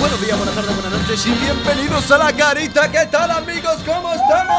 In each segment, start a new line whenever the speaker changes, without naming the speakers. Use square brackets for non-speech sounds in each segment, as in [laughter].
tardes, buenas noches y
bienvenidos a la carita. ¿Qué tal, amigos? ¿Cómo estamos?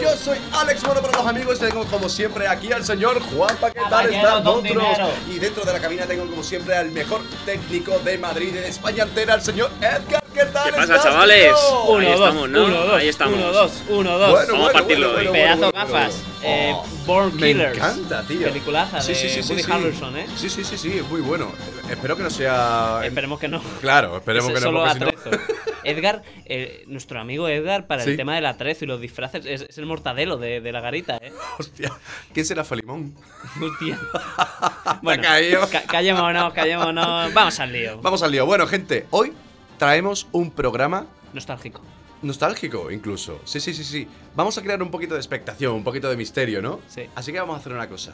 Yo soy Alex Bueno para los amigos. Tengo como siempre aquí al señor Juanpa. ¿Qué tal
Caballero
están
con
otros?
dinero.
Y dentro de la cabina tengo como siempre al mejor técnico de Madrid y de España entera, el señor Edgar. ¿Qué tal?
¿Qué pasa,
estás,
chavales?
tío?
Ahí
Uno, dos,
estamos, ¿no?
uno, dos,
Ahí estamos.
uno, dos, uno, dos.
Bueno,
Vamos a partirlo hoy.
Pedazo
bueno,
gafas.
bueno.
Eh,
Oh,
Born
me
Killers.
encanta, tío.
Peliculaza de Woody Harrelson, ¿eh?
Sí, sí, sí, sí, es muy bueno. Eh, Espero que no sea.
Esperemos que no.
Claro, esperemos
Ese
que no,
solo
porque si no-
atrezo. Edgar, eh, nuestro amigo Edgar, para
Sí.
el tema del atrezo y los disfraces, es, es el mortadelo de, de la garita, ¿eh?
[laughs] Hostia, ¿quién será Falimón?
Hostia.
[laughs] Te ha caído.
ca- callémonos, callémonos. Vamos al lío.
Vamos al lío. Bueno, gente, hoy traemos un programa
Nostálgico.
nostálgico, incluso. Sí, sí, sí, sí. Vamos a crear un poquito de expectación, un poquito de misterio, ¿no?
Sí.
Así que vamos a hacer una cosa.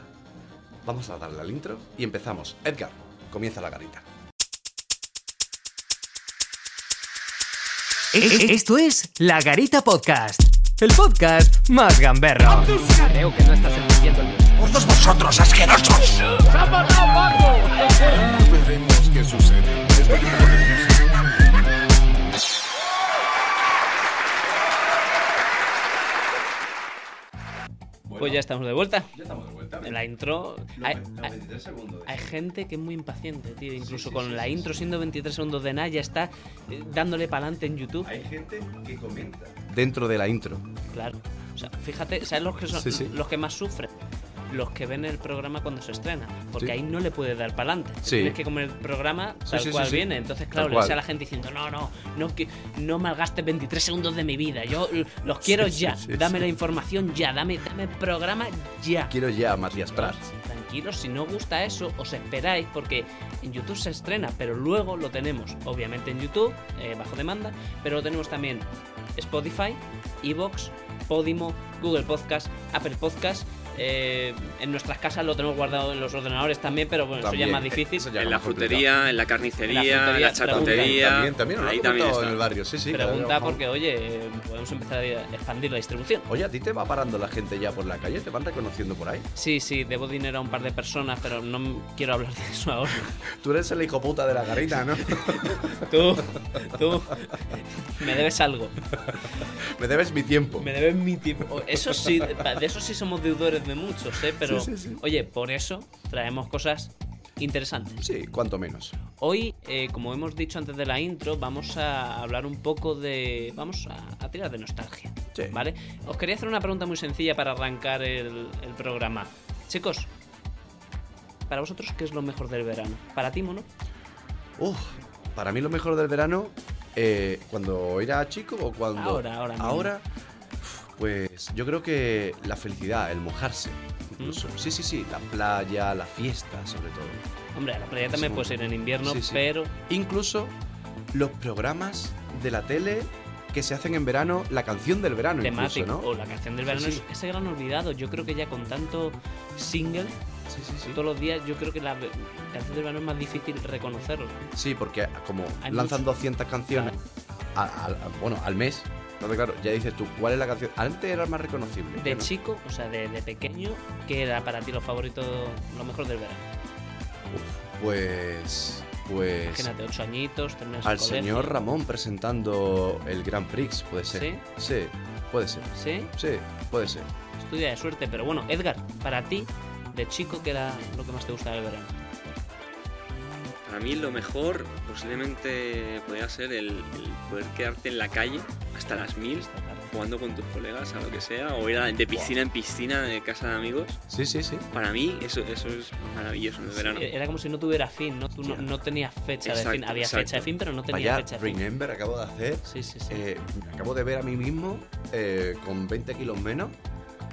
Vamos a darle al intro y empezamos. Edgar, comienza la garita.
E- e- Esto es La Garita Podcast, el podcast más gamberro. Creo que no estás entendiendo el
veremos qué sucede.
Pues ya estamos de vuelta.
Ya estamos de vuelta.
La intro. Hay, hay-
23 segundos.
hay gente que es muy impaciente, tío. Incluso con la intro siendo 23 segundos de nada, ya está eh, dándole para adelante en YouTube.
gente que comenta. Dentro de la intro.
Claro. O sea, fíjate, ¿sabes los que son
Sí, sí.
los que más sufren? Los que ven el programa cuando se estrena, porque
Sí.
ahí no le puedes dar para adelante.
Sí.
Tienes que comer el programa
Sí,
tal
sí, sí,
cual
sí.
viene. Entonces,
Tal
claro, le
cual.
ves a la gente diciendo, no, no, no, que- no malgastes 23 segundos de mi vida. Yo l- los quiero
Sí, sí,
ya.
sí,
dame
sí.
la información ya. Dame, dame el programa ya.
Quiero ya a Matías Prats.
Pues Tranquilos, si no os gusta eso, os esperáis porque en YouTube se estrena, pero luego lo tenemos, obviamente en YouTube, eh, bajo demanda, pero lo tenemos también Spotify, Evox, Podimo, Google Podcast, Apple Podcast. eh, en nuestras casas lo tenemos guardado en los ordenadores también, pero bueno,
También,
eso ya es más
eh,
difícil.
eso ya
En
es
la
más complicado.
frutería, en la
En la
carnicería, en
frutería,
la charcutería.
También, también, también.
ahí también
también en
está.
el barrio, sí, sí. claro.
Pregunta porque, oye, eh, podemos empezar a expandir la distribución.
Oye, ¿a ti te va parando la gente ya por la calle? ¿Te van reconociendo por ahí?
Sí, sí, debo dinero a un par de personas, pero no m- quiero hablar de eso ahora.
Tú eres el hijo puta de la garita,
[laughs]
¿no?
Tú, tú, me debes algo.
Me debes mi tiempo.
Me debes mi tiempo. Eso sí, pa- de eso sí somos deudores de muchos, ¿eh? Pero,
Sí, sí, sí.
oye, por eso traemos cosas interesantes.
Sí, cuanto menos.
Hoy, eh, como hemos dicho antes de la intro, vamos a hablar un poco de... Vamos a, a tirar de nostalgia,
Sí.
¿vale? Os quería hacer una pregunta muy sencilla para arrancar el, el programa. Chicos, para vosotros, ¿qué es lo mejor del verano? Para ti, mono.
Uf, para mí lo mejor del verano, eh, cuando era chico o cuando...
Ahora, ahora mismo.
Ahora, uf, pues yo creo que la felicidad, el mojarse, incluso.
Mm.
Sí, sí, sí, la playa, la fiesta, sobre todo.
Hombre, a la playa también
Sí.
puedes ir en invierno,
Sí, sí.
pero...
Incluso los programas de la tele que se hacen en verano, la canción del verano
temático
incluso,
o
¿no?
la canción del verano
Sí, sí.
es ese gran olvidado yo creo que ya con tanto single
Sí, sí, sí.
todos los días yo creo que la ve- canción del verano es más difícil reconocerla
Sí, porque como
Hay
lanzan
mucho.
200 canciones a- al- a- bueno, al mes, entonces claro, ya dices tú, ¿cuál es la canción? Antes era más reconocible.
de
ya no.
chico o sea de, de pequeño que era para ti lo favorito lo mejor del verano
Pues. Pues.
imagínate ocho añitos terminas el
Al
colegio.
señor Ramón presentando el Grand Prix, puede ser. ¿Sí? puede ser.
sí
Sí, puede ser.
estudia de suerte pero bueno Edgar para ti de chico que era lo que más te gustaba del verano
Para mí lo mejor posiblemente podría ser el, el poder quedarte en la calle hasta las mil
Esta tarde.
jugando con tus colegas a lo que sea o ir a- de piscina en piscina de casa de amigos.
Sí, sí, sí.
Para mí eso, eso es maravilloso en el verano.
era como si no tuviera fin no tú no,
Hostia.
no tenías fecha
Exacto,
de fin había
exacto.
fecha de fin pero no tenía
Vaya,
fecha de fin
Remember acabo de hacer.
sí sí sí
Eh, me acabo de ver a mí mismo eh, con 20 kilos menos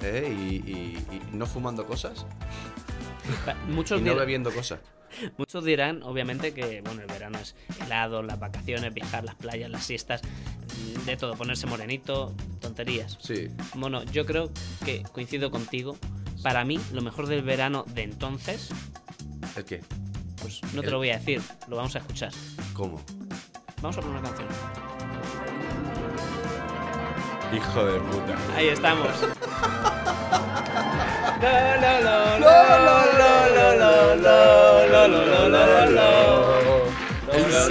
eh, y, y- y no fumando cosas
Pa-
Eh, y
muchos
no
días-
bebiendo cosas.
Muchos dirán, obviamente, que bueno, el verano es helado, las vacaciones, viajar, las playas, las siestas, mm, de todo, ponerse morenito, tonterías.
Sí,
Bueno, yo creo que coincido contigo. Para mí, lo mejor del verano de entonces,
¿el qué?
pues no te lo voy a decir, lo vamos a escuchar.
¿Cómo?
Vamos a poner una canción.
Hijo de puta.
Ahí estamos.
El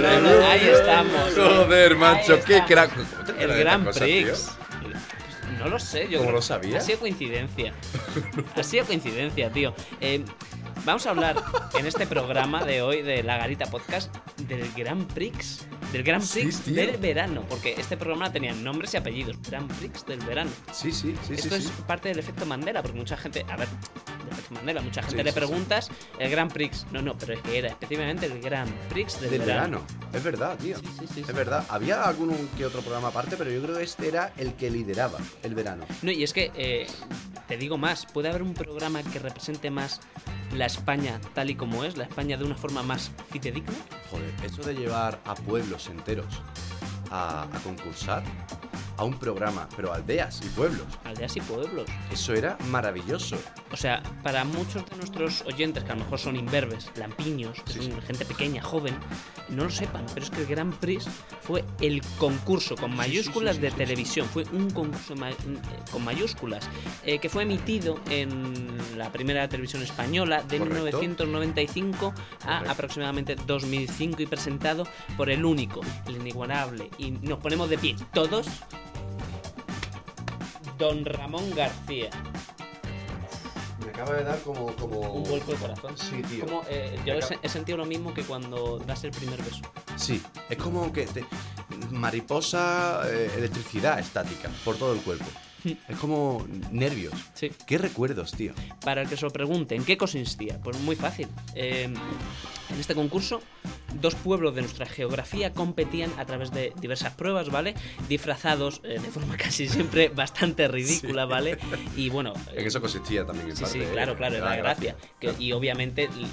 No, no, no, ahí estamos.
Joder, macho,
Ahí
qué
está.
crack. ¿Cómo te traen
El
estas
Gran
cosas,
Prix.
tío?
Pues No lo sé, yo
¿Cómo
creo-
lo sabías?
Ha sido coincidencia. ha sido coincidencia, tío. Eh, vamos a hablar en este programa de hoy de La Garita Podcast del Gran Prix. Del Gran
Sí,
Prix
tío.
del verano, porque este programa tenía nombres y apellidos. Gran Prix del verano.
Sí, sí, sí, sí.
Esto
sí.
es parte del efecto Mandela, porque mucha gente. A ver, el efecto Mandela, mucha gente
Sí,
le
sí,
preguntas el Gran Prix. No, no, pero es que era específicamente el Gran Prix del,
Del verano. Es verdad, tío.
Sí, sí, sí, sí.
Es verdad. Había algún que otro programa aparte, pero yo creo que este era el que lideraba el verano.
No, y es que eh, te digo más, puede haber un programa que represente más la España tal y como es, la España de una forma más fidedigna.
Joder, eso de llevar a pueblos enteros a, a concursar a un programa, pero aldeas y pueblos,
Aldeas y pueblos.
eso era maravilloso.
O sea, para muchos de nuestros oyentes, que a lo mejor son imberbes, lampiños, que
Sí,
son
sí.
gente pequeña, joven, no lo sepan, pero es que el Gran Prix fue el concurso con mayúsculas
sí,
de
sí, sí,
televisión, fue un concurso ma- eh, con mayúsculas, eh, que fue emitido en la primera televisión española de
Correcto.
1995 a
Correcto.
aproximadamente 2005 y presentado por el único, el inigualable, y nos ponemos de pie todos, don Ramón García.
Me acaba de dar como... como...
Un vuelco de corazón.
Sí, tío.
Como, eh, yo he,
Venga.
se- he sentido lo mismo que cuando das el primer beso.
Sí, es como que te- mariposa, eh, electricidad estática por todo el cuerpo. Es como nervios.
Sí.
¿Qué recuerdos, tío?
Para el que se lo pregunte, ¿en qué consistía? Pues muy fácil. Eh, en este concurso, dos pueblos de nuestra geografía competían a través de diversas pruebas, ¿vale? Disfrazados eh, de forma [laughs] casi siempre bastante ridícula, ¿vale? Y bueno, eh,
En eso consistía también. En
Sí,
parte,
sí,
¿eh?
claro, claro, es la gracia. Que- y obviamente l-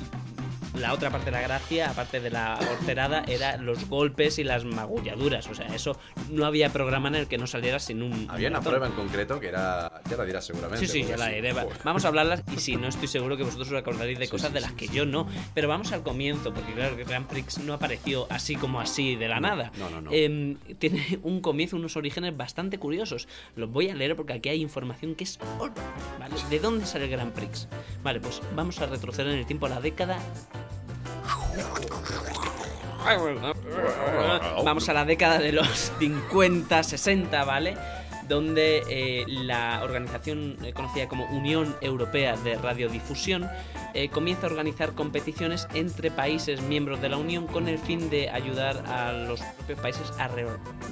la otra parte de la gracia, aparte de la horterada, era los golpes y las magulladuras. O sea, eso no había programa en el que no saliera sin un.
Había una
ratón.
prueba en concreto que era... Ya la dirás seguramente.
Sí, sí,
porque
ya la
sí,
diré. va.
joder.
Vamos a hablarlas
[laughs]
y si no estoy seguro que vosotros os acordaréis de
Sí,
cosas
sí,
de
sí,
las que
sí,
yo no. Pero vamos al comienzo, porque claro que Grand Prix no apareció así como así de la
No,
nada.
no, no, no.
Em, tiene un comienzo, unos orígenes bastante curiosos. Los voy a leer porque aquí hay información que es oro. ¿vale? ¿De dónde sale el Grand Prix? Vale, pues vamos a retroceder en el tiempo a la década Vamos a la década de los 50, 60, ¿vale? Donde eh, la organización eh, conocida como Unión Europea de Radiodifusión eh, comienza a organizar competiciones entre países miembros de la Unión con el fin de ayudar a los propios países a re-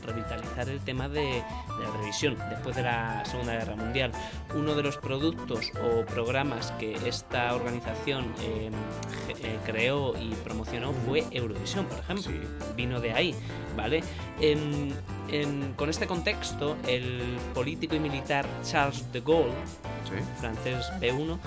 revitalizar el tema de, de la televisión después de la Segunda Guerra Mundial. Uno de los productos o programas que esta organización eh, ge- eh, creó y promocionó fue Eurovisión, por ejemplo
Sí.
vino de ahí, ¿vale? En- en- con este contexto, el político y militar Charles de Gaulle,
Sí.
francés B1,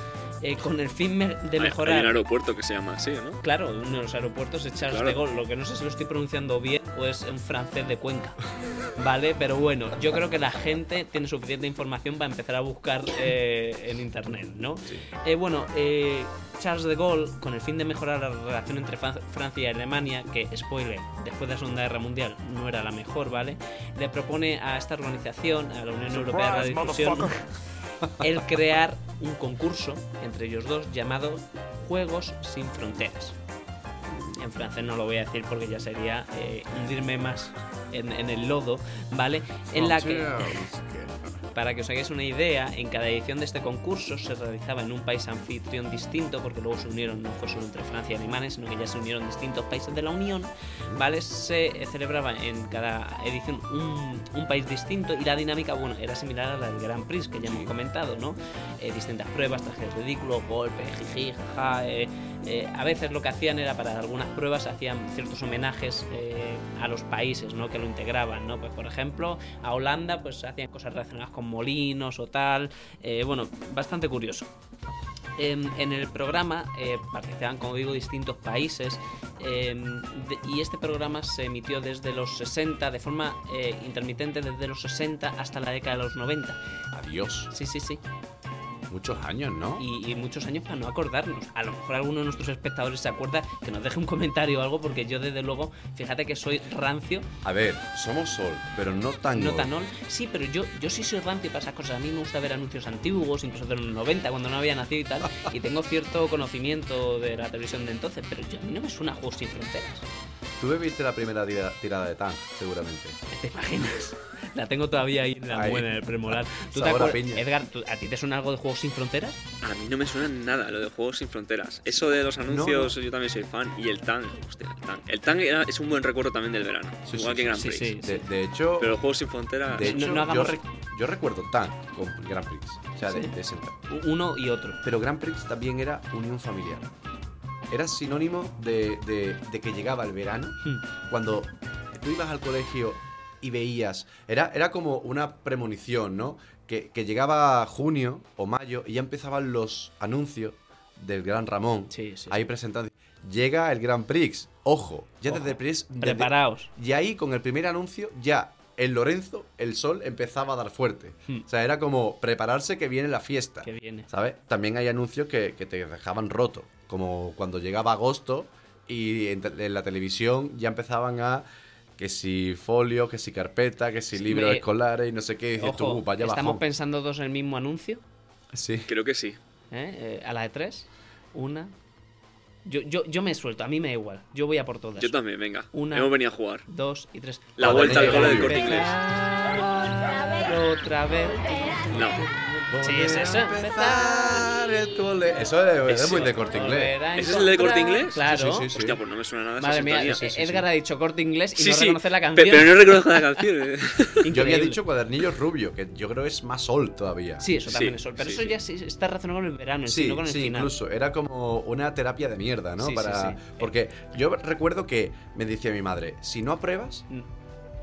eh, con el fin me- de
Hay- Hay un
mejorar...
aeropuerto que se llama así, ¿no?
Claro, uno de los aeropuertos es Charles
Claro.
de Gaulle, lo que no sé si lo estoy pronunciando bien o es un francés de Cuenca, [laughs] ¿vale? Pero bueno, yo creo que la gente tiene suficiente información para empezar a buscar eh, en internet, ¿no? Eh, bueno, eh, Charles de Gaulle, con el fin de mejorar la relación entre Fran- Francia y Alemania, que, spoiler, después de la Segunda Guerra Mundial no era la mejor, ¿vale? Le propone a esta organización, a la Unión Europea de Radiodifusión, [laughs] el crear un concurso entre ellos dos llamado Juegos sin Fronteras. En francés no lo voy a decir porque ya sería eh, hundirme más en, en el lodo, ¿vale? En la que. Para que os hagáis una idea, en cada edición de este concurso se realizaba en un país anfitrión distinto, porque luego se unieron, no fue solo entre Francia y Alemania, sino que ya se unieron distintos países de la Unión, ¿vale? Se eh, celebraba en cada edición un, un país distinto y la dinámica, bueno, era similar a la del Grand Prix, que ya hemos comentado, ¿no? Eh, distintas pruebas, trajes ridículos, golpes, jiji, jaja. eh, eh, a veces lo que hacían era para algunas pruebas hacían ciertos homenajes eh, a los países ¿no? que lo integraban. ¿no? Pues, por ejemplo, a Holanda pues hacían cosas relacionadas con molinos o tal. Eh, bueno, bastante curioso. Em, en el programa eh, participaban, como digo, distintos países em, de- y este programa se emitió desde los 60, de forma eh, intermitente desde los 60 hasta la década de los 90.
Adiós.
Sí, sí, sí.
Muchos años, ¿no?
y, y muchos años para no acordarnos. A lo mejor alguno de nuestros espectadores se acuerda que nos deje un comentario o algo, porque yo desde luego, fíjate que soy rancio,
A ver, somos sol, pero no tan
no
gol.
tan old. Sí, pero yo, yo sí soy rancio para esas cosas. A mí me gusta ver anuncios antiguos, incluso de los 90, cuando no había nacido y tal, y tengo cierto conocimiento de la televisión de entonces, pero yo, a mí no me suena a Juegos sin Fronteras.
Tú bebiste la primera tira- tirada de tan, seguramente.
¿Te imaginas? La tengo todavía ahí en la
Ahí.
buena, en el premolar. ¿Tú te
Sabor a
acuer-
piña.
Edgar, ¿tú- ¿a ti te suena algo de Juegos Sin Fronteras?
A mí no me suena nada lo de Juegos Sin Fronteras. Eso de los anuncios, yo también soy fan. Y el Tang, hostia, el Tang. El Tang era- es un buen recuerdo también del verano.
Sí,
igual
sí,
que
sí,
Grand
sí,
Prix.
sí.
De, de hecho,
Pero Juegos Sin Fronteras.
de
no-
hecho
no
yo,
hagamos
re- yo recuerdo tan con Grand Prix. O sea, de-
Sí.
de sentar.
U- Uno y otro.
Pero Grand Prix también era unión familiar. Era sinónimo de, de- de que llegaba el verano,
Hmm.
cuando tú ibas al colegio y veías, era, era como una premonición, ¿no? Que, que llegaba junio o mayo y ya empezaban los anuncios del Gran Ramón.
Sí, sí.
Ahí presentando. Llega el Grand Prix. Ojo, ya
Ojo.
desde el pres- desde-
Preparaos.
y ahí, con el primer anuncio, ya en Lorenzo el sol empezaba a dar fuerte.
Hmm.
O sea, era como prepararse que viene la fiesta.
Que viene.
¿Sabes? También hay anuncios que, que te dejaban roto. Como cuando llegaba agosto y en, te- en la televisión ya empezaban a. Que si folio, que si carpeta, que si
Sí,
libros
me-
escolares y no sé qué. Y dices
Ojo,
tú, "Uh, vaya
estamos
bajón.
pensando dos en el mismo anuncio.
Sí.
Creo que sí.
¿eh? Eh, a la de tres. Una. Yo, yo, yo me suelto, a mí me da igual. Yo voy a por todas.
Yo también, venga.
Una-
Hemos venido a jugar.
Dos y tres.
La vuelta
al cole del
Corte Inglés.
Empezar Otra vez.
No.
Sí, es eso.
Empezar el cole. Eso es, es muy de corte inglés.
Volver a
¿Ese es el de Corte
encontrar-
Inglés?
Claro.
Sí, sí, sí.
Hostia, pues no me suena nada esa
Madre mía,
sintonía.
eh, Edgar ha dicho corte inglés y
Sí,
no
sí,
reconoce la
pe-
canción.
Pero no reconozco
[laughs]
la canción. eh.
Yo había
Increíble.
dicho cuadernillo rubio, que yo creo es más sol todavía.
Sí, eso también
Sí,
es sol. Pero
sí,
eso
sí.
ya sí está relacionado con el verano, en sí,
Sí,
no con el
sí,
final.
incluso. Era como una terapia de mierda, ¿no?
Sí, sí,
Para...
sí.
Porque yo recuerdo que me decía mi madre, si no apruebas,
Mm,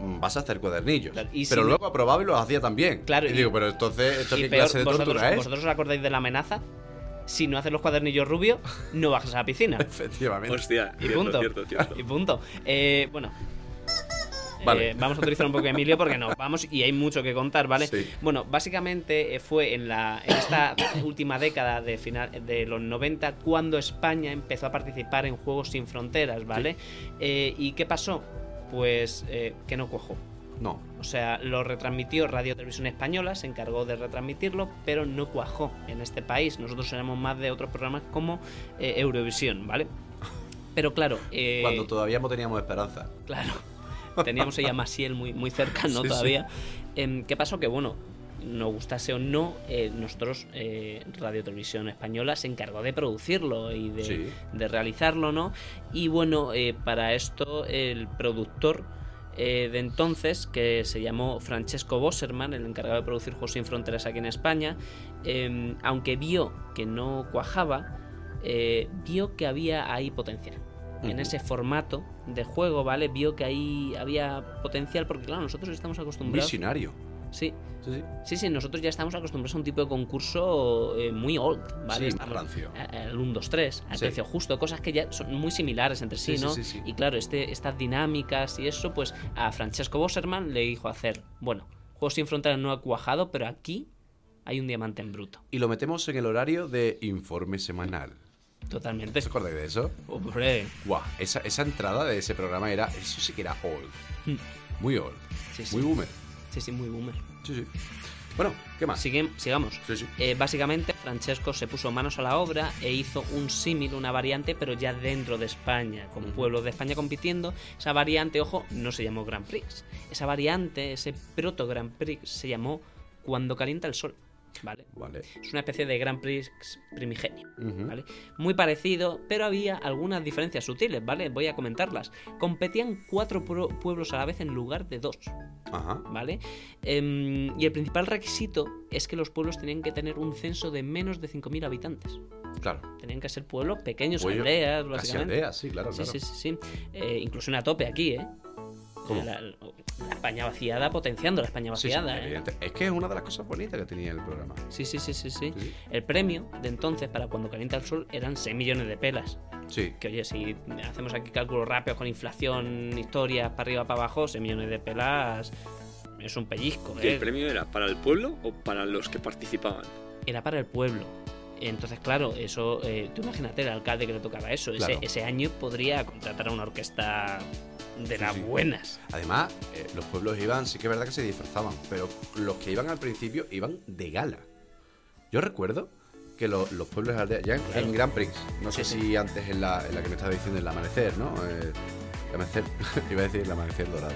mm, vas a hacer cuadernillos.
Claro, y si
pero
no-
luego aprobaba y los hacía también.
Claro,
Y,
y-
digo, pero entonces, ¿esto
Y
qué
peor,
clase de
vosotros,
tortura es?
¿vosotros os acordáis de la amenaza? Si no haces los cuadernillos rubios, no bajas a
[laughs]
la piscina.
[laughs] Efectivamente.
Hostia,
Y
cierto,
punto.
cierto,
[laughs]
cierto.
Y punto. Eh, bueno.
Vale.
Eh, vamos a utilizar un poco a Emilio porque nos vamos y hay mucho que contar, ¿vale?
Sí.
Bueno, básicamente eh, fue en, la, en esta última década de, final, de los 90 cuando España empezó a participar en Juegos Sin Fronteras, ¿vale? Eh, ¿Y qué pasó? Pues eh, que no cuajó.
No.
O sea, lo retransmitió Radio Televisión Española, se encargó de retransmitirlo, pero no cuajó en este país. Nosotros éramos más de otros programas como eh, Eurovisión, ¿vale? Pero claro, eh,
Cuando todavía no teníamos esperanza.
claro, teníamos ella Masiel muy, muy cerca,
[laughs]
¿no?
Sí, sí.
Todavía. Em, ¿Qué pasó? Que bueno, nos gustase o no, eh, nosotros, eh, Radio Televisión Española, se encargó de producirlo y de,
Sí.
de realizarlo, ¿no? Y bueno, eh, para esto el productor eh, de entonces, que se llamó Francesco Bosserman, el encargado de producir Juegos Sin Fronteras aquí en España, eh, aunque vio que no cuajaba, eh, vio que había ahí potencial. En
Ujú.
ese formato de juego, ¿vale? Vio que ahí había potencial, porque claro, nosotros estamos acostumbrados.
Visionario.
Sí,
Sí, sí.
Sí, sí, nosotros ya estamos acostumbrados a un tipo de concurso eh, muy old, ¿vale?
Sí, más
Estamos-
rancio.
a- Al 1, 2, 3, al
Sí.
precio justo, cosas que ya son muy similares entre sí,
Sí, sí,
¿no?
sí, sí.
Y claro, este, estas dinámicas y eso, pues a Francesco Bosserman le dijo hacer, bueno, Juegos sin Fronteras no ha cuajado, pero aquí hay un diamante en bruto.
Y lo metemos en el horario de informe semanal. [laughs]
Totalmente.
¿Os acordáis de eso?
Hombre,
Guau, esa, esa entrada de ese programa era. Eso sí que era old.
Mm.
Muy old.
Sí, sí.
Muy boomer.
sí, sí, muy boomer.
Sí, sí. Bueno, ¿qué más?
Sigue- sigamos.
Sí, sí.
Eh, básicamente, Francesco se puso manos a la obra e hizo un símil, una variante, pero ya dentro de España, con
Ujú.
pueblos de España compitiendo. Esa variante, ojo, no se llamó Grand Prix. Esa variante, ese proto Grand Prix, se llamó Cuando calienta el sol. ¿Vale?
Vale.
Es una especie de Grand Prix primigenio.
Ujú.
¿vale? Muy parecido, pero había algunas diferencias sutiles, ¿vale? Voy a comentarlas. Competían cuatro pue- pueblos a la vez en lugar de dos.
Ajá.
¿vale? Em, y el principal requisito es que los pueblos tenían que tener un censo de menos de 5.000 habitantes.
Claro.
Tenían que ser pueblos pequeños,
Pueblo-
aldeas,
Casi
básicamente.
aldea, sí, claro,
Sí,
claro.
sí, sí, sí. Eh, inclusión a tope aquí, ¿eh?
¿Cómo?
La, la España vaciada potenciando la España
Sí, sí,
vaciada, ¿eh?
evidente. Es que es una de las cosas bonitas que tenía el programa.
Sí, sí, sí, sí, sí.
Sí, sí.
El premio de entonces para cuando calienta el sol eran 6 millones de pelas.
Sí.
Que oye, si hacemos aquí cálculos rápidos con inflación, historias para arriba, para abajo, 6 millones de pelas es un pellizco.
¿Y
¿eh?
el premio era para el pueblo o para los que participaban?
era para el pueblo. Entonces, claro, eso, eh, tú imagínate el alcalde que le tocaba eso. Ese,
Claro.
ese año podría contratar a una orquesta de
Sí,
las
sí.
buenas.
Además, eh, los pueblos iban, sí que es verdad que se disfrazaban, pero los que iban al principio iban de gala. Yo recuerdo que lo- los pueblos aldeas, ya en,
Claro.
en Grand Prix, no
Sí,
sé
sí.
si antes en la, en la que me estaba diciendo, en el amanecer, ¿no? Eh, Amanecer, [laughs] iba a decir el amanecer
[laughs]
dorado.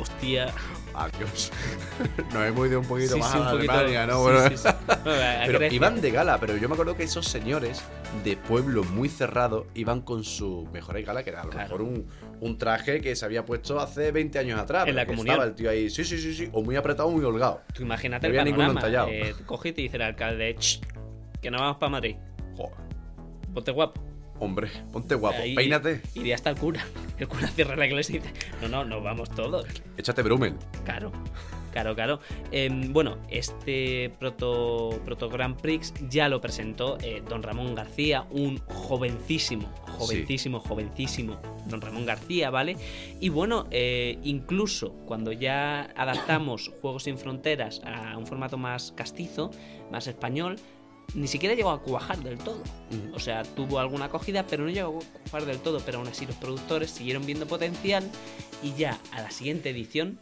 Hostia.
Adiós. [laughs] Nos hemos ido un poquito
Sí,
más
sí, un
a
poquito-
Alemania, ¿no? [laughs]
sí,
Bueno,
sí, sí. Bueno, a
Pero
Grecia.
iban de gala, pero yo me acuerdo que esos señores de pueblo muy cerrado iban con su mejor en gala, que era a lo
Claro.
mejor un, un traje que se había puesto hace 20 años atrás.
En
pero
la
que
comunión.
Estaba el tío ahí, sí, sí, sí, sí, o muy apretado o muy holgado.
Tú imagínate
No
el
había ninguno
panorama.
entallado.
Eh, coge y te dice el alcalde, "Ch, que no vamos para Madrid.
Joder,
Ponte guapo.
hombre, ponte guapo,
Ahí
peínate,
Iría hasta el cura. El cura cierra la iglesia y dice, no, no, nos vamos todos.
échate brumen.
Claro, claro, claro. Eh, bueno, este proto, proto Grand Prix ya lo presentó eh, don Ramón García, un jovencísimo, jovencísimo, jovencísimo don Ramón García, ¿vale? Y bueno, eh, incluso cuando ya adaptamos Juegos sin Fronteras a un formato más castizo, más español, ni siquiera llegó a cuajar del todo. O sea, tuvo alguna acogida, pero no llegó a ocupar del todo. Pero aún así, los productores siguieron viendo potencial. Y ya a la siguiente edición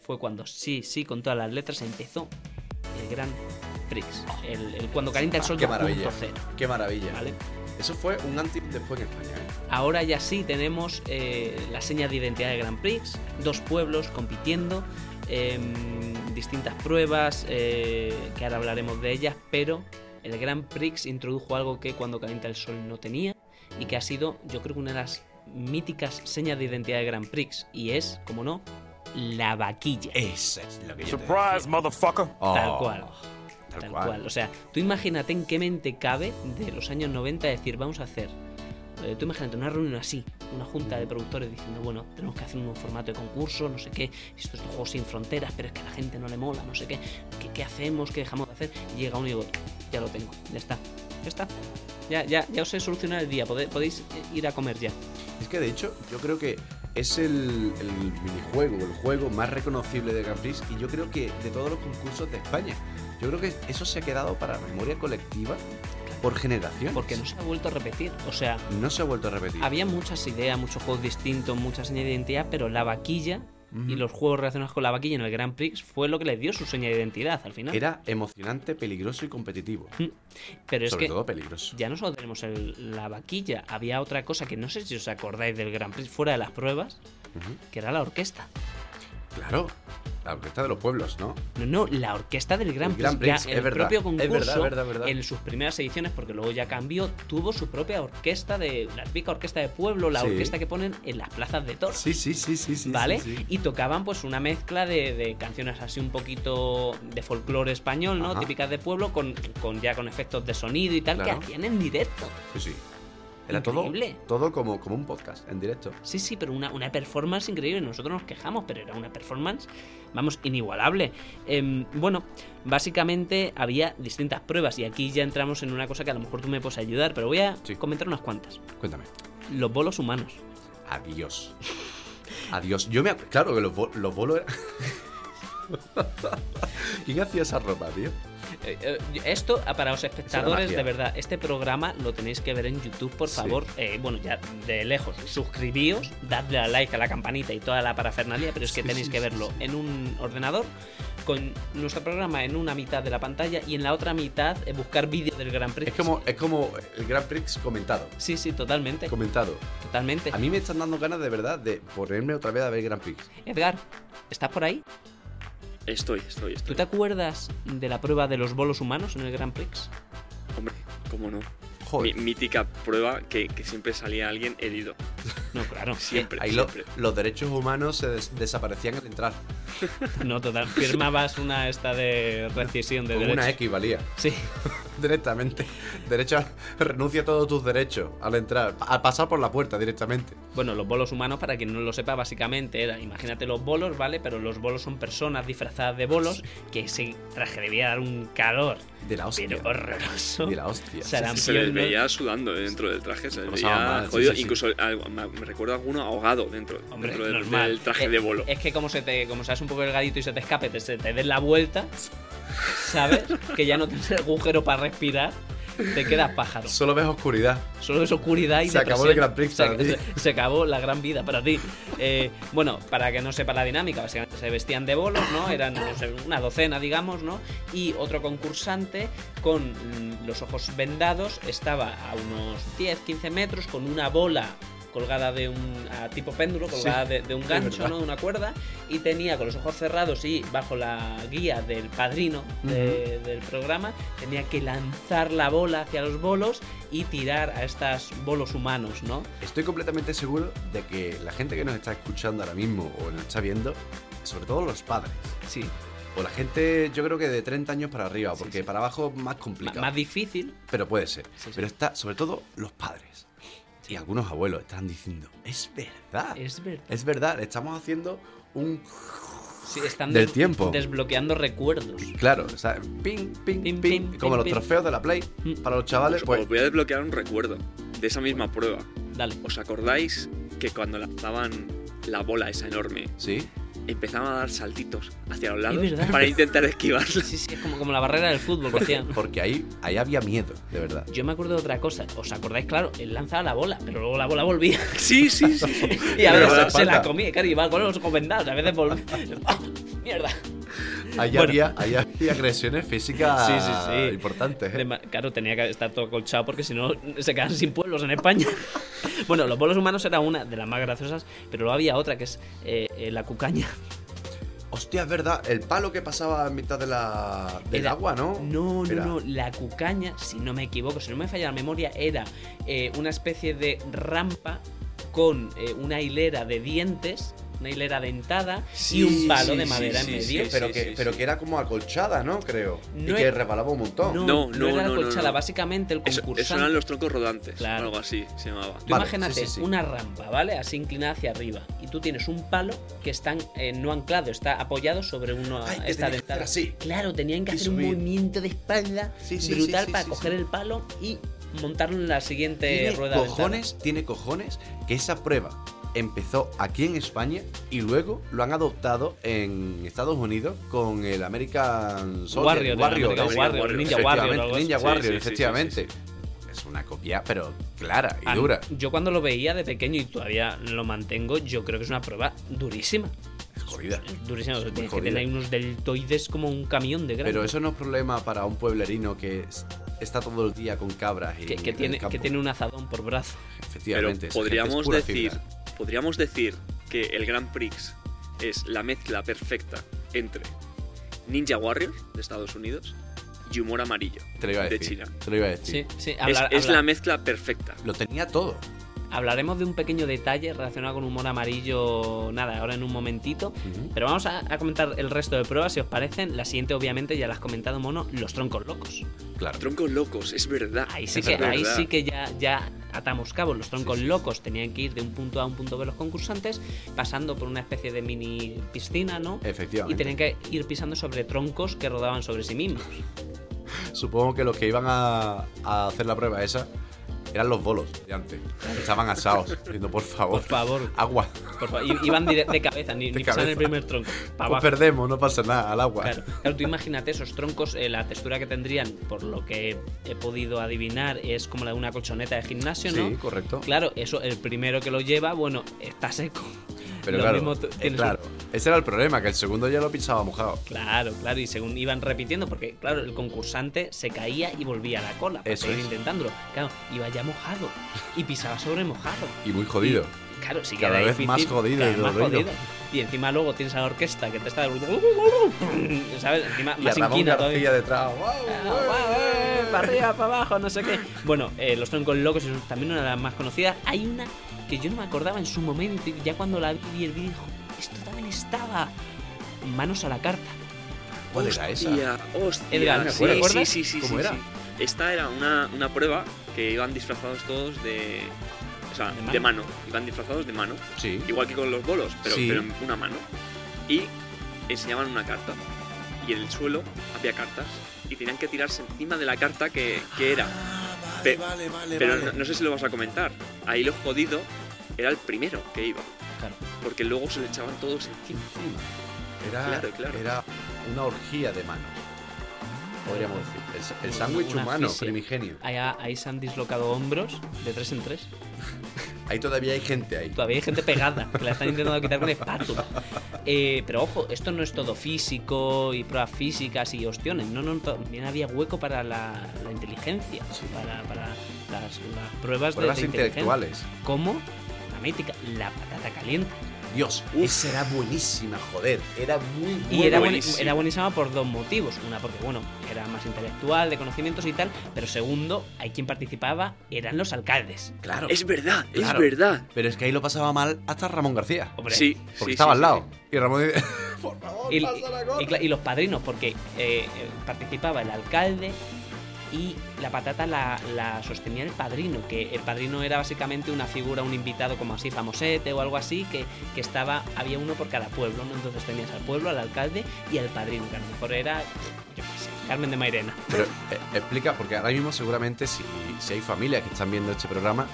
fue cuando sí, sí, con todas las letras empezó el Gran Prix. El, el cuando calienta el sol
Qué maravilla.
2.0,
Qué maravilla.
¿vale?
Eso fue un antes y un después en España. ¿eh?
Ahora ya sí tenemos eh, la seña de identidad del Grand Prix, dos pueblos compitiendo, em, distintas pruebas, eh, que ahora hablaremos de ellas, pero el Grand Prix introdujo algo que cuando calienta el sol no tenía y que ha sido, yo creo que una de las míticas señas de identidad del Grand Prix, y es, como no, la vaquilla.
Eso es lo que yo te
Surprise,
decía.
motherfucker.
Eh, Oh,
Tal cual.
Tal,
Tal
cual.
cual. O sea, tú imagínate en qué mente cabe de los años 90 decir, vamos a hacer. eh, tú imagínate una reunión así, una junta de productores diciendo, bueno, tenemos que hacer un nuevo formato de concurso, no sé qué, esto es un juego sin fronteras, pero es que a la gente no le mola, no sé qué, ¿qué, qué hacemos? ¿Qué dejamos de hacer? Y llega uno y digo, ya lo tengo, ya está, ya está. Ya, ya, ya os he solucionado el día, pode- podéis eh, ir a comer ya.
Es que de hecho, yo creo que es el, el minijuego, el juego más reconocible de Grand Prix y yo creo que de todos los concursos de España. Yo creo que eso se ha quedado para memoria colectiva por generaciones.
Porque no se ha vuelto a repetir. O sea,
No se ha vuelto a repetir.
Había muchas ideas, muchos juegos distintos, muchas señas de identidad, pero la vaquilla y los juegos relacionados con la vaquilla en el Grand Prix fue lo que les dio su seña de identidad al final.
Era emocionante, peligroso y competitivo.
pero es
Sobre
que
todo peligroso.
ya no solo tenemos el- la vaquilla, había otra cosa que no sé si os acordáis del Grand Prix fuera de las pruebas,
Ujú.
que era la orquesta.
Claro. La orquesta de los pueblos, ¿no?
No, no, la orquesta del Grand
El
Prix.
Grand Prix,
ya
es
el
verdad,
propio
es
concurso,
verdad, verdad, verdad.
en sus primeras ediciones, porque luego ya cambió, tuvo su propia orquesta de. La típica orquesta de pueblo, la
Sí.
orquesta que ponen en las plazas de toros.
Sí, sí, sí, sí, sí.
¿Vale?
sí, sí.
Y tocaban pues una mezcla de, de canciones así un poquito de folclore español, ¿no?
Ajá.
Típicas de pueblo, con, con ya con efectos de sonido y tal,
Claro.
que hacían en directo.
Sí, sí. Era todo,
Increíble.
todo como, como un podcast en directo.
Sí, sí, pero una, una performance increíble. Nosotros nos quejamos, pero era una performance, vamos, inigualable. Em, bueno, básicamente había distintas pruebas y aquí ya entramos en una cosa que a lo mejor tú me puedes ayudar, pero voy a
Sí.
comentar unas cuantas.
Cuéntame.
Los bolos humanos.
Adiós. Adiós. Yo me acuerdo. Claro que los, bo- los bolos eran. [laughs] ¿Quién hacía esa ropa, tío?
Eh, eh, esto, ah, para los espectadores,
magia.
de verdad, este programa lo tenéis que ver en YouTube, por
Sí.
favor. Eh, bueno, ya de lejos, suscribíos, dadle a like a la campanita y toda la parafernalia, pero es que
Sí,
tenéis
sí,
que
sí,
verlo
sí.
en un ordenador con nuestro programa en una mitad de la pantalla y en la otra mitad eh, buscar vídeos del Gran Prix.
Es como, eh, es como el Grand Prix comentado.
Sí, sí, totalmente.
Comentado.
Totalmente.
A mí me están dando ganas de verdad de ponerme otra vez a ver Grand Prix.
Edgar, ¿estás por ahí?
Estoy, estoy,
¿Tú
estoy.
te acuerdas de la prueba de los bolos humanos en el Gran Prix?
Hombre, cómo no. Mi-
Joder.
mítica prueba que, que siempre salía alguien herido.
[laughs]
No, claro.
Siempre.
Ahí lo-
siempre.
los derechos humanos se des- desaparecían al entrar.
Eh, no, total. Firmabas una esta de rescisión de
Con
derechos.
una X valía.
Sí.
[laughs] Directamente. Derecho a- [laughs] renuncia a todos tus derechos al entrar. Al pasar por la puerta directamente.
Bueno, los bolos humanos, para quien no lo sepa, básicamente era, imagínate los bolos, ¿vale? Pero los bolos son personas disfrazadas de bolos, que ese traje debía dar un calor,
De la hostia.
pero horroroso.
De la hostia.
Sarampión,
Se les
¿no?
veía sudando dentro del traje, se les
Pasaba
veía
mal, sí,
jodido.
sí, sí.
Incluso algo- me me recuerdo alguno ahogado dentro,
Hombre,
dentro del,
normal.
del traje
Eh,
de bolo.
Es que como se te, como seas un poco delgadito y se te escape, te, se te des la vuelta, ¿sabes? que ya no tienes agujero para respirar, te quedas pájaro.
Solo ves oscuridad.
Solo es oscuridad y
Se acabó el
depresión.
Grand Prix
se,
para ti.
[laughs] se- se acabó la gran vida para ti. Eh, bueno, para que no sepa la dinámica, básicamente se vestían de bolos, ¿no? Eran no sé, una docena, digamos, ¿no? Y otro concursante con mm, los ojos vendados estaba a unos 10, 15 metros con una bola colgada de un a tipo péndulo, colgada de, de un
es
gancho,
verdad.
¿no? De una cuerda, y tenía con los ojos cerrados y bajo la guía del padrino de- del programa, tenía que lanzar la bola hacia los bolos y tirar a estos bolos humanos, ¿no?
Estoy completamente seguro de que la gente que nos está escuchando ahora mismo o nos está viendo, sobre todo los padres,
Sí.
o la gente yo creo que de 30 años para arriba, porque
sí.
para abajo es más complicado.
Más difícil.
pero puede ser.
Sí, sí.
Pero está, sobre todo, los padres y algunos abuelos están diciendo, es verdad. Es,
Es verdad.
verdad, le estamos haciendo un...
Sí, están
Del
des-
tiempo.
desbloqueando recuerdos.
Claro, o sea, ping, ping, ping,
Ping, ping,
como los
ping,
trofeos de la Play
Mm.
para los chavales.
Os-
Pues,
os voy a desbloquear un recuerdo de esa misma prueba.
Dale.
¿Os acordáis que cuando lanzaban la bola esa enorme,
sí,
empezaban a dar saltitos hacia los
Es
lados
verdad.
para
[laughs]
intentar esquivarla?
Sí, sí, es como, como la barrera del fútbol que
porque,
hacían.
[laughs] porque ahí, ahí había miedo, de verdad.
Yo me acuerdo de otra cosa. ¿Os acordáis? Claro, él lanzaba la bola, pero luego la
[laughs]
bola volvía.
Sí, sí, sí. sí.
Y a
Pero
veces
la
se la
espalda.
comía, claro, y va con los comendados. A veces volvía.
[laughs]
[laughs] ¡Ah! ¡Mierda!
Ahí,
Bueno.
había, ahí había agresiones físicas
Sí, sí, sí.
importantes. ¿eh?
Dema- Claro, tenía que estar todo colchado porque si no se quedan sin pueblos en España. [laughs] Bueno, los bolos humanos era una de las más graciosas, pero luego había otra que es eh, eh, la
[laughs]
cucaña.
Hostia, es verdad, el palo que pasaba en mitad de la, del
Era-
agua, ¿no?
No,
Era-
no, no. La cucaña, si no me equivoco, si no me falla la memoria, era eh, una especie de rampa con eh, una hilera de dientes, una hilera dentada y
Sí,
un palo
sí,
de
sí,
madera
sí,
en
sí,
medio.
sí.
Pero, que, pero que era como acolchada, ¿no? Creo.
No
y que
es-
resbalaba un montón.
No, no,
era la
no, no,
colchada,
no.
básicamente el
Eso,
concursante.
eso eran los troncos rodantes,
Claro.
o algo así se llamaba.
Tú
Vale,
imagínate
sí, sí, sí.
una rampa, ¿vale? Así inclinada hacia arriba. Y tú tienes un palo que está eh, no anclado, está apoyado sobre una.
Ay, que tenía
esta
que hacer
dentada.
así.
Claro, tenían que
Y
hacer un
subir.
movimiento de espalda
Sí, sí,
brutal
sí, sí,
para
sí,
coger
sí.
el palo y montarlo en la siguiente
tiene
rueda. dentada.
cojones, tiene cojones que esa prueba empezó aquí en España y luego lo han adoptado en Estados Unidos con el American Soldier,
Warrior,
Warrior,
American
¿eh?
Warrior,
Ninja
Efectivamente,
Warrior. algo así.
Ninja
Sí,
Warrior,
sí, sí, sí,
efectivamente. Es una copia, pero clara y
Ah,
dura.
Yo cuando lo veía de pequeño y todavía lo mantengo, yo creo que es una prueba durísima.
Es jodida.
Durísima. o sea,
muy
tienes que
jodida.
tener unos deltoides como un camión de grande.
Pero eso no es problema para un pueblerino que es- está todo el día con cabras y
que, que
en el
tiene, que
campo.
tiene un azadón por brazo.
Pero
Efectivamente, esa gente es
podríamos
pura
decir,
fibra.
podríamos decir que el Grand Prix es la mezcla perfecta entre Ninja Warrior de Estados Unidos y humor amarillo.
Te lo iba a
de
decir,
China.
Te lo iba a
Sí,
decir.
sí.
Es,
hablar-
es
hablar-
la mezcla perfecta.
Lo tenía todo.
Hablaremos de un pequeño detalle relacionado con humor amarillo, nada, ahora en un momentito. Pero vamos a, a comentar el resto de pruebas, si os parecen. La siguiente, obviamente, ya la has comentado, mono, los troncos locos.
Claro.
Troncos locos, es verdad.
Ahí sí
es
que, ahí
verdad.
sí que ya, ya atamos cabos. Los troncos
Sí, sí, sí.
locos tenían que ir de un punto A a un punto B los concursantes, pasando por una especie de mini piscina, ¿no? Y
Efectivamente.
tenían que ir pisando sobre troncos que rodaban sobre sí mismos.
Supongo que los que iban a, a hacer la prueba esa eran los bolos de antes. Estaban asados, diciendo, por favor,
Por favor,
agua.
por favor. I- Iban dire- de cabeza, ni,
De
ni pisaban el
cabeza.
primer tronco. Pa'
Pues
abajo.
perdemos, no pasa nada, al agua. [laughs]
Claro, claro, tú imagínate esos troncos, eh, la textura que tendrían, por lo que he podido adivinar, es como la de una colchoneta de gimnasio, ¿no?
Sí, correcto.
Claro, eso, el primero que lo lleva, bueno, está seco. [laughs]
Pero
lo
claro,
mismo tú-
eh,
tienes
claro, ese era el problema, que el segundo ya lo pisaba mojado.
Claro, claro, y según iban repitiendo, porque claro, el concursante se caía y volvía a la cola para
Eso
seguir
es.
intentándolo. Claro, iba ya mojado y pisaba sobre mojado.
Y muy jodido.
Y, claro, sí que
Cada
era
vez más
difícil,
jodido
cada
y
vez más
dolorido.
jodido. Y encima luego tienes a la orquesta que
[laughs]
te está. ¿Sabes? Encima
Y a
más
Ramón García
inquina todavía.
detrás. ¡guau,
Ah,
guau, guau!
para arriba, para abajo, no sé qué. Bueno, eh, los troncos locos es también una de las más conocidas. Hay una que yo no me acordaba en su momento y ya cuando la vi el dijo, esto también estaba. Manos a la carta.
¿Cuál era esa?
Hostia, hostia.
Edgar,
¿te acuerdas?
sí, sí, sí, sí,
¿Cómo
sí,
era?
sí. Esta era una, una prueba que iban disfrazados todos de. O sea,
¿De
de
mano?
mano. Iban disfrazados de mano.
Sí.
Igual que con los bolos, pero,
Sí.
pero en una mano. Y enseñaban una carta. Y en el suelo había cartas. Y tenían que tirarse encima de la carta que, que era. Pe-
vale, Ah, vale,
Pero no, no sé si lo vas a comentar. Ahí lo jodido era el primero que iba.
Claro.
Porque luego se le echaban todos encima.
Era,
Claro, claro.
era una orgía de manos. Podríamos decir. El, el sándwich
Una
humano,
asfixia.
primigenio.
Ahí, ahí se han dislocado hombros de tres en tres.
Ahí todavía hay gente ahí.
Todavía hay gente pegada que la están intentando quitar con espátula. Eh, pero ojo, esto no es todo físico y pruebas físicas y ostiones. No, no, también había hueco para la, la inteligencia, para, para las, las pruebas, de-
Pruebas
de, inteligencia.
intelectuales.
¿Cómo? mítica, la patata caliente.
Dios,
Uf.
esa era buenísima, joder. Era muy, muy
Y
buena.
era, buen-
buenísimo.
era buenísima por dos motivos. Una, porque, bueno, era más intelectual, de conocimientos y tal. Pero segundo, hay quien participaba, eran los alcaldes.
Claro.
Es verdad,
Claro.
es verdad.
Pero es que ahí lo pasaba mal hasta Ramón García.
Hombre,
Sí,
Porque
sí,
estaba al
sí, sí,
lado. Y Ramón dice, [laughs] por favor,
Y, y-
pasa la
y
gorra".
cla- y los padrinos, porque eh, eh, participaba el alcalde y la patata la, la sostenía el padrino, que el padrino era básicamente una figura, un invitado como así, famosete o algo así, que, que estaba, había uno por cada pueblo, ¿no? Entonces tenías al pueblo, al alcalde y al padrino, que a lo mejor era, yo qué sé, Carmen de Mairena.
Pero eh, explica, porque ahora mismo seguramente si, si hay familias que están viendo este programa,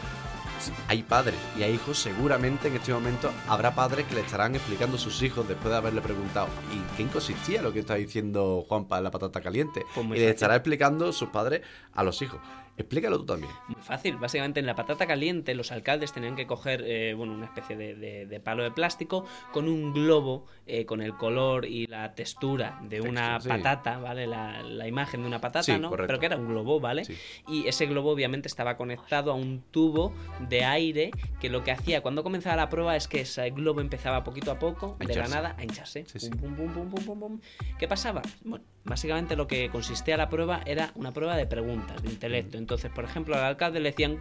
si hay padres y hay hijos, seguramente en este momento habrá padres que le estarán explicando a sus hijos después de haberle preguntado ¿y qué consistía lo que está diciendo Juanpa en la patata caliente?
Pues muy
y le
fácil.
estará explicando sus padres a los hijos. Explícalo tú también.
Muy fácil, básicamente en la patata caliente los alcaldes tenían que coger eh, bueno, una especie de, de- de palo de plástico con un globo eh, con el color y la textura de una
sí.
patata, ¿vale? La, la imagen de una patata,
Sí,
¿no?
correcto.
Pero que era un globo, ¿vale?
Sí.
Y ese globo obviamente estaba conectado a un tubo de aire que lo que hacía cuando comenzaba la prueba es que ese globo empezaba poquito a poco,
A
de la
hincharse.
nada, a hincharse.
Sí, sí.
Pum, pum, pum, pum, pum, pum. ¿Qué pasaba? Bueno, básicamente lo que consistía la prueba era una prueba de preguntas, de intelecto.
Mm.
Entonces, por ejemplo, al alcalde le decían,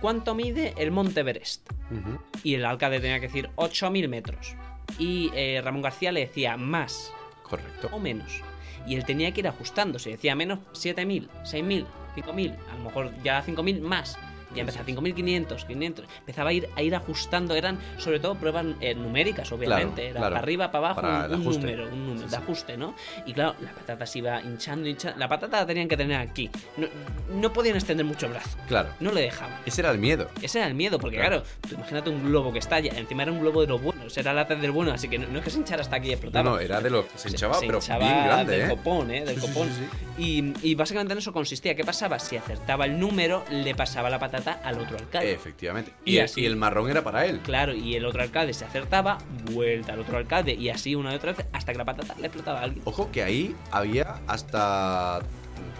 ¿cuánto mide el Monte Everest?
Ujú.
Y el alcalde tenía que decir 8.000 metros. Y eh, Ramón García le decía más
Correcto.
o menos. Y él tenía que ir ajustando. Si decía menos 7.000, 6.000, 5.000, a lo mejor ya 5.000 más. Ya empezaba 5.500, 500. Empezaba a ir, a ir ajustando. Eran sobre todo pruebas eh, numéricas, obviamente. Era
claro.
para arriba, para abajo,
Para
un,
el
un
ajuste.
número, un número
Sí,
de
sí.
ajuste, ¿no? Y claro, la patata se iba hinchando, hinchando. La patata la tenían que tener aquí. No, no podían extender mucho el brazo.
Claro.
No le dejaban.
Ese era el miedo.
Ese era el miedo, porque
Claro.
claro, tú imagínate un globo que estalla. Encima era un globo de los buenos, era lata del bueno, así que no, no es que se hinchara hasta aquí y
No,
explotara.
no, era de los que se hinchaba, pero
hinchaba
bien grande,
del
¿eh?
copón, ¿eh? Del
Sí, sí,
copón.
sí, sí.
Y, y básicamente en eso consistía. ¿Qué pasaba? Si acertaba el número, le pasaba la patata al otro alcalde.
Efectivamente.
Y
Y, el-
así.
y el marrón era para él.
Claro, y el otro alcalde se acertaba, vuelta al otro alcalde, y así una y otra vez, hasta que la patata le explotaba a alguien.
Ojo que ahí había hasta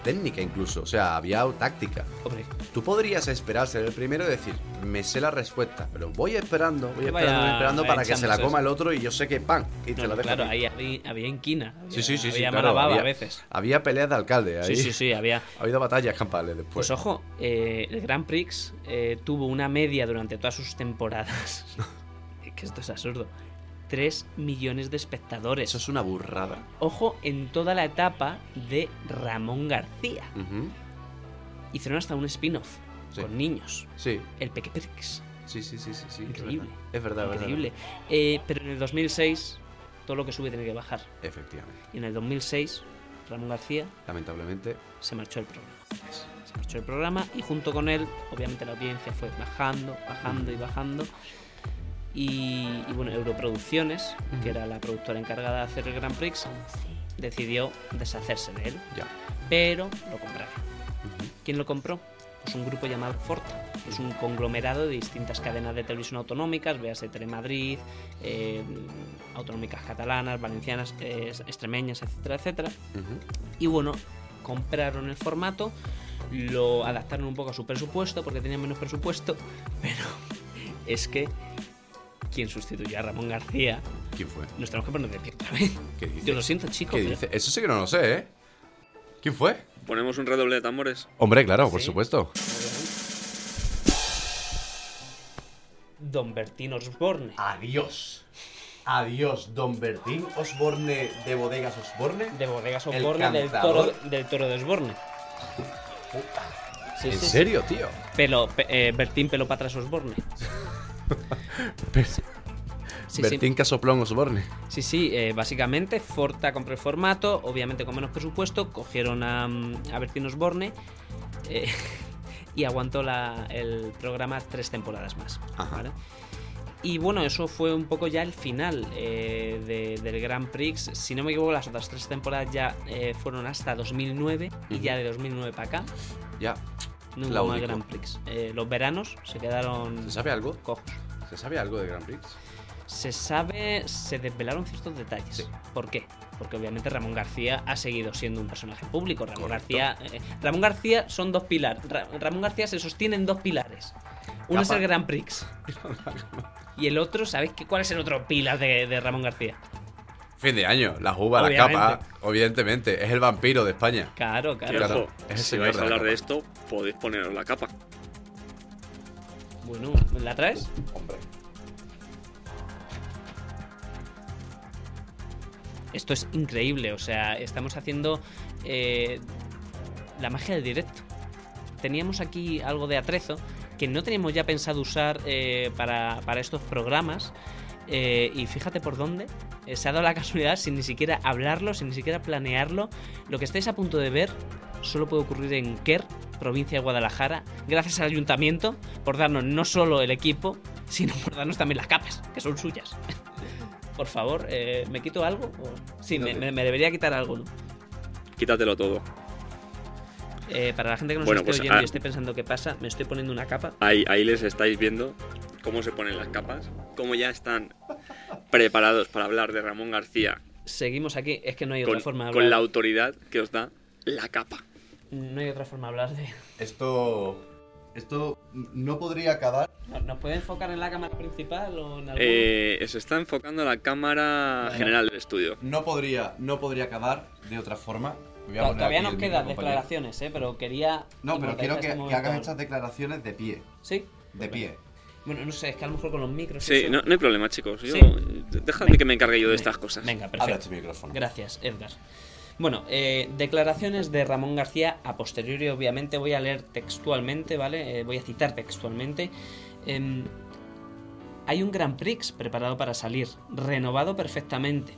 técnica incluso, o sea, había táctica.
Hombre,
Tú podrías esperar ser el primero y decir, me sé la respuesta, pero voy esperando, voy
Vaya,
esperando, voy esperando para que se la
echándose.
coma el otro y yo sé que pan y
no,
te la
no,
dejo.
claro,
aquí.
ahí había, había inquina.
Sí,
había-
sí, sí, sí,
Había
claro,
mala baba
había-
a veces.
Había peleas de alcaldes ahí.
Sí, sí, sí, había.
Ha habido batallas campales después.
Pues ojo, eh, el Grand Prix eh, tuvo una media durante todas sus temporadas. [laughs] Es que esto es absurdo. 3 millones de espectadores.
Eso es una burrada.
Ojo en toda la etapa de Ramón García.
Ujú.
Hicieron hasta un spin-off
Mm. Sí.
con niños.
Sí,
El Peque Prix.
sí, sí, sí, sí, sí, es
Increíble.
verdad. Es verdad, verdad,
Increíble. Eh, pero en el 2006 todo lo que sube tiene que bajar.
verdad. Efectivamente.
Y en el 2006 Ramón García
Lamentablemente,
se marchó del programa. Se marchó del programa y junto con él, obviamente la audiencia fue bajando, bajando y bajando. Y, y bueno, Europroducciones, que era la productora encargada de hacer el Grand Prix, decidió deshacerse de él,
ya.
pero lo compraron.
Ujú.
¿Quién lo compró? Pues un grupo llamado Forta, que es un conglomerado de distintas cadenas de televisión autonómicas, véase Telemadrid, eh, autonómicas catalanas, valencianas, eh, extremeñas, etcétera, etcétera.
Ujú.
Y bueno, compraron el formato, lo adaptaron un poco a su presupuesto, porque tenían menos presupuesto, [laughs] pero es que quien sustituyó a Ramón García,
¿Quién fue?
nos tenemos que poner de pie otra vez.
¿Qué dice?
Yo lo siento, chicos.
¿Qué dice? Eso sí que no lo sé, ¿eh? ¿Quién fue?
Ponemos un redoble de tambores.
Hombre, claro, por
Sí.
supuesto.
Don Bertín Osborne.
Adiós. Adiós, don Bertín Osborne de Bodegas Osborne.
De bodegas
El
Osborne, del toro,
cantador.
del toro de Osborne. Sí,
¿En
sí, sí.
serio, tío?
Pelo, pe- eh, Bertín Pelo
[laughs]
Patras Osborne. Sí, sí.
Bertín Casoplón Osborne.
Sí, sí, eh, básicamente Forta compró el formato, obviamente con menos presupuesto, cogieron a, mm, a Bertín Osborne eh, [laughs] y aguantó la- el programa tres temporadas más.
Ajá.
¿vale? Y bueno, eso fue un poco ya el final eh, de- del Grand Prix. Si no me equivoco, las otras tres temporadas ya eh, fueron hasta 2009 y
Ujú.
ya de 2009 para acá
Ya.
no
La
hubo más
único.
Grand Prix. Eh, los veranos se quedaron
¿Se sabe algo?
cojos.
¿Se sabe algo de Grand Prix?
Se sabe, se desvelaron ciertos detalles.
Sí.
¿Por qué? Porque obviamente Ramón García ha seguido siendo un personaje público. Ramón
Correcto.
García, eh, Ramón García son dos pilares. Ramón García se sostiene en dos pilares. Uno es
Capa.
el Grand Prix.
[laughs]
y el otro, ¿sabéis qué, cuál es el otro pilar de, de Ramón García?
Fin de año, la uva, la
Obviamente.
capa, evidentemente. Es el vampiro de España.
Claro,
Que,
claro.
Claro.
ojo,
es el
si
señor
vais
de
a
la
hablar
capa.
de esto, podéis poneros la capa.
Bueno, ¿la traes?
Hombre.
Esto es increíble, o sea, estamos haciendo eh, la magia del directo. Teníamos aquí algo de atrezo que no teníamos ya pensado usar eh, para, para estos programas. eh, y fíjate por dónde. eh, se ha dado la [laughs] casualidad sin ni siquiera hablarlo, sin ni siquiera planearlo. Lo que estáis a punto de ver solo puede ocurrir en Quer, provincia de Guadalajara. Gracias al ayuntamiento por darnos no solo el equipo, sino por darnos también las capas, que son suyas. [laughs] Por favor, eh, ¿me quito algo? o- Sí, me, me- me debería quitar algo, ¿no?
Quítatelo todo.
Eh, para la gente que nos
Bueno,
esté
pues,
oyendo
ah.
y esté pensando qué pasa, me estoy poniendo una capa.
Ahí, ahí les estáis viendo cómo se ponen las capas, cómo ya están preparados para hablar de Ramón García
Seguimos aquí, es que no hay
con,
otra forma de
con la
hablar.
autoridad que os da la capa.
No hay otra forma de hablar de.
Esto. Esto no podría acabar.
¿No- ¿Nos puede enfocar en la cámara principal o en algún
Eh, se está enfocando la cámara general del estudio.
No podría, no podría acabar de otra forma. Voy a
To-
poner
Todavía
aquí
nos
el
quedan
micro, compañero.
declaraciones, eh, pero quería.
No, pero
inmortalizar
quiero
este
que- que,
momento.
hagas estas declaraciones de pie.
Sí.
De pie.
Bueno, no sé, es que a lo mejor con los micros. y
Sí,
eso-
no, no hay problema, chicos. Yo,
Sí.
Dejadme que me encargue yo de estas cosas.
Venga,
Abre
perfecto.
este micrófono.
Gracias, Edgar. Bueno, eh, declaraciones de Ramón García a posteriori, obviamente, voy a leer textualmente, ¿vale? Eh, voy a citar textualmente. Em, hay un Grand Prix preparado para salir, renovado perfectamente.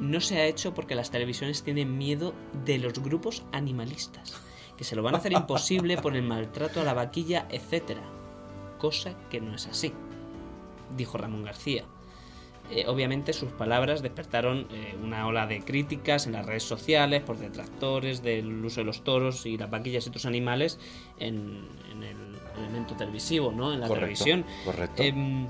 No se ha hecho porque las televisiones tienen miedo de los grupos animalistas, que se lo van a hacer imposible por el maltrato a la vaquilla, etc. Cosa que no es así, dijo Ramón García. Eh, obviamente sus palabras despertaron eh, una ola de críticas en las redes sociales por detractores del uso de los toros y las vaquillas y otros animales en, en el elemento televisivo, ¿no? En la televisión.
Correcto.
Em,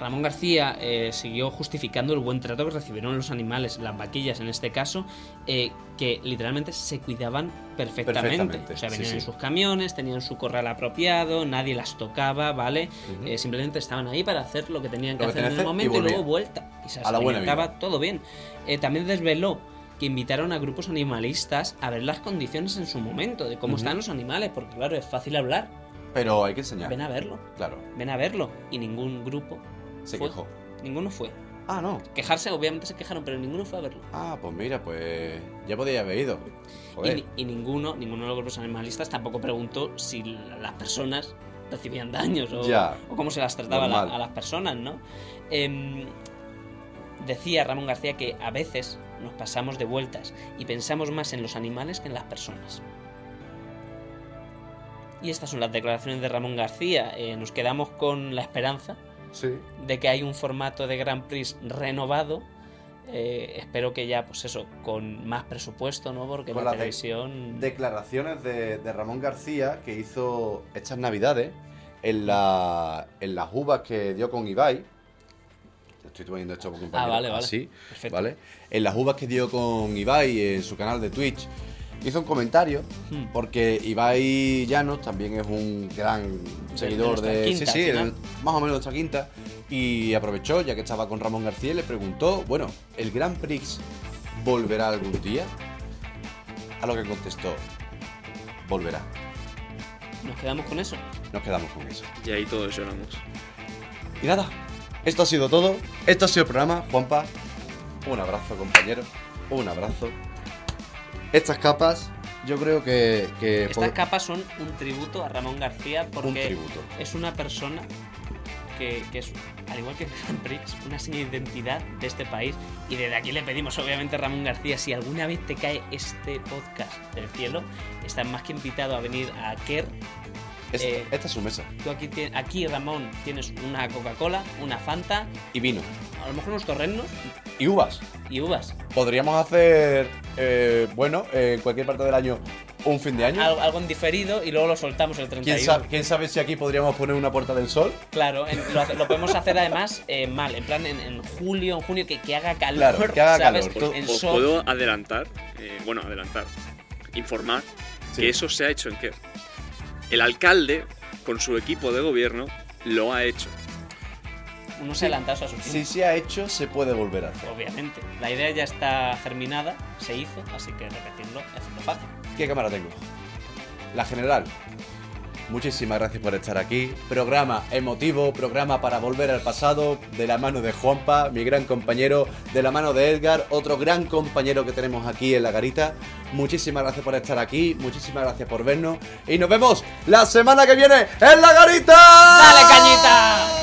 Ramón García eh, siguió justificando el buen trato que recibieron los animales, las vaquillas en este caso, eh, que literalmente se cuidaban perfectamente.
Perfectamente,
O sea,
sí,
venían en
sí.
sus camiones, tenían su corral apropiado, nadie las tocaba, ¿vale?
Ujú.
Eh, simplemente estaban ahí para hacer lo que tenían que
Lo que
hacer en
tenía
el
que hacer y
momento y, luego
volvían.
vuelta. Y se
A la buena vida.
alimentaba todo bien. Eh, también desveló que invitaron a grupos animalistas a ver las condiciones en su momento, de cómo
Ujú.
están los animales, porque claro, es fácil hablar.
Pero hay que enseñar.
Ven a verlo
Claro,
ven a verlo. Y ningún grupo,
se
Fue.
quejó.
ninguno fue.
Ah, no.
Quejarse, obviamente se quejaron, pero ninguno fue a verlo.
Ah, pues mira, pues ya podía haber ido.
Y,
Joder.
ni- y ninguno, ninguno de los grupos animalistas tampoco preguntó si la- las personas recibían daños o,
Ya.
o cómo se las trataba a la-
Normal.
a las personas, ¿no? Em, decía Ramón García que a veces nos pasamos de vueltas y pensamos más en los animales que en las personas. Y estas son las declaraciones de Ramón García. Eh, nos quedamos con la esperanza
Sí.
de que hay un formato de Grand Prix renovado. eh, espero que ya, pues eso, con más presupuesto, ¿no? Porque
Con la
la
de-
televisión.
declaraciones de, de Ramón García que hizo estas navidades en, la, en las uvas que dio con Ibai. Estoy poniendo esto con compañero.
Ah, vale, vale.
así,
Perfecto.
¿vale? En las uvas que dio con Ibai en su canal de Twitch. Hizo un comentario
Hmm.
porque Ibai Llanos también es un gran seguidor
nuestra
de.
quinta,
sí,
al
sí,
final.
más o menos nuestra quinta. Y aprovechó, ya que estaba con Ramón García, y le preguntó: Bueno, ¿el Grand Prix volverá algún día? A lo que contestó: Volverá.
Nos quedamos con eso.
Nos quedamos con eso.
Y ahí todos lloramos.
Y nada, esto ha sido todo. Esto ha sido el programa. Juanpa, un abrazo, compañero. Un abrazo. Estas capas, yo creo que. que
Estas
pod-
capas son un tributo a Ramón García
un
porque
tributo.
es una persona que, que es, al igual que el Grand Prix, una seña de identidad de este país. Y desde aquí le pedimos, obviamente, a Ramón García, si alguna vez te cae este podcast del cielo, estás más que invitado a venir a Kerr
Es-
eh,
esta es su mesa.
Tú aquí, tie- aquí, Ramón, tienes una Coca-Cola, una Fanta,
Y vino.
a lo mejor unos torrenos
Y uvas.
y uvas.
Podríamos hacer, eh, bueno, eh, en cualquier parte del año, un fin de año.
Algo, algo en diferido y luego lo soltamos el
¿Quién
31.
sabe, quién sabe si aquí podríamos poner una puerta del sol?
Claro, en- lo, hace- lo podemos hacer además eh, mal, en plan en, en julio, en junio, que, que haga calor.
Claro, que haga
¿sabes?
calor.
En
Os
sol.
Pues puedo adelantar, eh, bueno, adelantar, informar
Sí.
que eso se ha hecho en que el alcalde con su equipo de gobierno, lo ha hecho.
Uno se ha adelantado a su tiempo.
Si se ha hecho, se puede volver a hacer.
Obviamente. La idea ya está germinada, se hizo, así que repetirlo es lo fácil.
¿Qué cámara tengo? La general. Muchísimas gracias por estar aquí. Programa emotivo, programa para volver al pasado, de la mano de Juanpa, mi gran compañero, de la mano de Edgar, otro gran compañero que tenemos aquí en la garita. Muchísimas gracias por estar aquí, muchísimas gracias por vernos y nos vemos la semana que viene en la garita.
¡Dale, cañita!